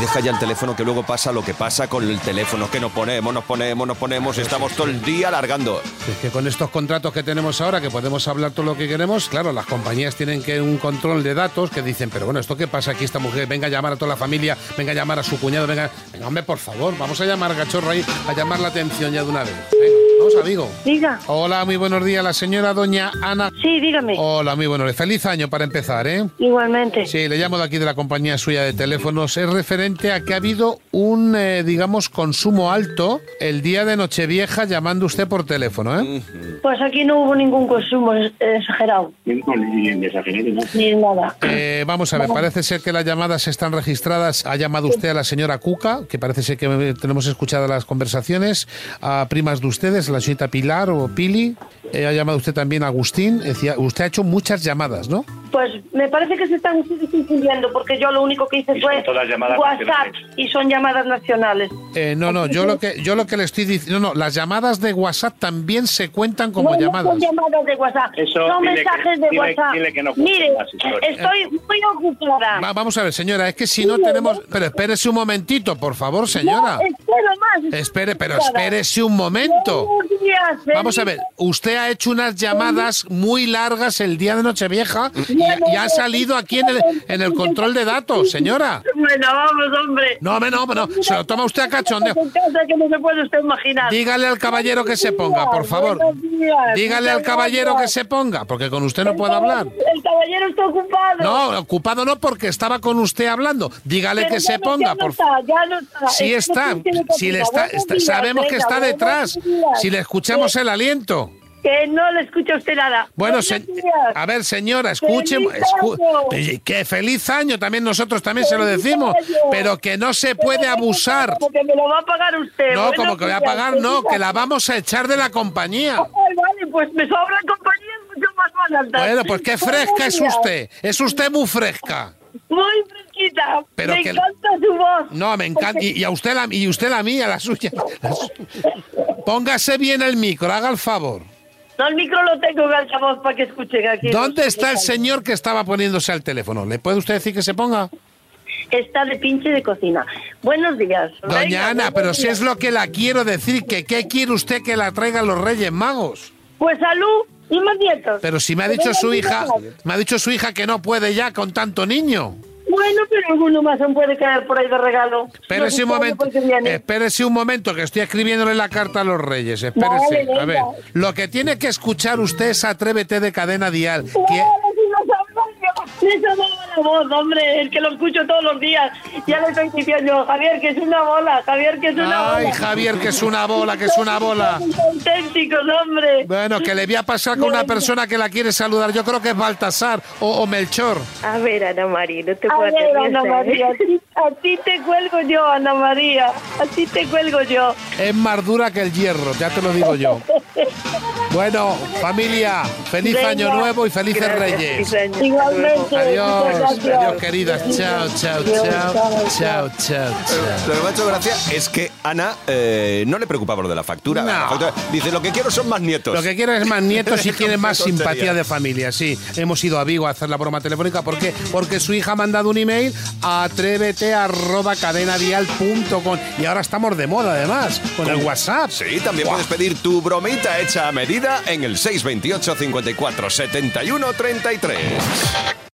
Deja ya el teléfono que luego pasa lo que pasa con el teléfono, que nos ponemos, nos ponemos, nos ponemos, estamos todo el día alargando. Es que con estos contratos que tenemos ahora, que podemos hablar todo lo que queremos, claro, las compañías tienen que un control de datos que dicen, pero bueno, ¿esto qué pasa aquí? Esta mujer venga a llamar a toda la familia, venga a llamar a su cuñado, venga, venga hombre, por favor, vamos a llamar a Gachorra ahí, a llamar la atención ya de una vez. Venga, vamos, amigo. Diga. Hola, muy buenos días, la señora doña Ana. Sí, dígame. Hola, muy buenos días. Feliz año para empezar, ¿eh? Igualmente. Oh. Sí, le llamo de aquí de la compañía suya de teléfonos. Es referente a que ha habido un, eh, digamos, consumo alto el día de Nochevieja llamando usted por teléfono, ¿eh? Pues aquí no hubo ningún consumo es- exagerado, ni nada. Eh, vamos a ver, parece ser que las llamadas están registradas. Ha llamado usted a la señora Cuca, que parece ser que eh, tenemos escuchadas las conversaciones, a primas de ustedes, la señorita Pilar o Pili. Eh, ha llamado usted también a Agustín. Decía, usted ha hecho muchas llamadas, ¿no? Pues me parece que se están ustedes confundiendo porque yo lo único que hice Y son fue todas llamadas WhatsApp nacionales. y son llamadas nacionales. Eh, no, no, yo lo que yo lo que le estoy diciendo, no, no, las llamadas de WhatsApp también se cuentan como no, no llamadas. son llamadas de WhatsApp, Eso, son dile que- mensajes de dile- WhatsApp. dile que no cuente Mire, más historias. estoy muy ocupada. Va- vamos a ver, señora, es que si no tenemos, pero espérese un momentito, por favor, señora. No, espero más. estoy Espere, pero ocupada. espérese un momento. Buenos días, Vamos a feliz ver, usted ha hecho unas llamadas muy largas el día de Nochevieja y, y ha salido aquí en el, en el control de datos, señora. Bueno, vamos, hombre. No, hombre, no, hombre, no, se lo toma usted a cachondeo. En casa que no se puede usted imaginar. Dígale al caballero que se ponga, por favor. Dígale al caballero que se ponga, porque con usted no puedo hablar. El caballero está ocupado. No, ocupado no, porque estaba con usted hablando. Dígale Pero que ya se no- ponga, ya no por está, ya no está. Sí Es que está, no tiene si le cocina. está, Buenos está- días, sabemos que venga, está buenos detrás. días. Si le escuchamos el aliento. Que no le escucha usted nada. Bueno, Buenos se- días. a ver, señora, escuche. ¡Feliz escu- año! Oye, que feliz año también nosotros también se lo ¡Feliz decimos, año! pero que no se puede abusar. Como que me lo va a pagar usted. No, Buenos como que voy a días, pagar, no, feliz que año. la vamos a echar de la compañía. Ay, vale, pues me sobran compañías mucho más baratas. Bueno, pues qué fresca es Buenos días. usted. Es usted muy fresca. Muy fresquita. Pero me que- encanta su voz. No, me encanta. Y, y a usted la, y usted la mía, la suya. La su- Póngase bien el micro, haga el favor. No, el micro lo tengo en altavoz para que escuchen aquí. ¿Dónde está el señor que estaba poniéndose al teléfono? ¿Le puede usted decir que se ponga? Está de pinche de cocina. Buenos días. Doña Venga, Ana, buenos pero si días. es lo que la quiero decir, que qué quiere usted que la traigan los Reyes Magos. Pues salud y más nietos. Pero si me ha Que dicho vengan su mis hija, nietos. me ha dicho su hija que no puede ya con tanto niño. Bueno, pero alguno más aún puede caer por ahí de regalo. pues, Espérese un No, momento, Eh, porque viene. espérese un momento que estoy escribiéndole la carta a los Reyes. Espérese, Vale, a ver. venga. Lo que tiene que escuchar usted es Atrévete de Cadena Dial. que- Claro, si no sabía yo. Esa bola la voz, hombre, el que lo escucho todos los días. Ya le estoy diciendo, Javier, que es una bola, Javier, que es una Ay, bola. Javier, que es una bola, que es una bola. Auténticos, hombre. Bueno, que le voy a pasar con una persona que la quiere saludar. Yo creo que es Baltasar o, o Melchor. A ver, Ana María, no te A puedo ¿eh? ver, atender, Ana ¿sabes? María, a ti- a ti te cuelgo yo, Ana María. A ti te cuelgo yo. Es más dura que el hierro, ya te lo digo yo. Bueno, familia, feliz Venga. año nuevo y felices Gracias, Reyes. feliz año. Igualmente. muchas Adiós, gracias. adiós queridas. Chao, chao, Adiós, chao, chao, chao, chao. Lo que me ha hecho gracia es que Ana eh, no le preocupaba lo de la factura. No. La factura- Dice, lo que quiero son más nietos. Lo que quiero es más nietos y quiere más Qué tontería. simpatía de familia. Sí, hemos ido a Vigo a hacer la broma telefónica. ¿Por qué? Porque su hija ha mandado un email a atrévete arroba cadenadial.com. Y ahora estamos de moda, además, con el WhatsApp. Sí, también puedes pedir tu bromita hecha a medida en el 628 54 71 33.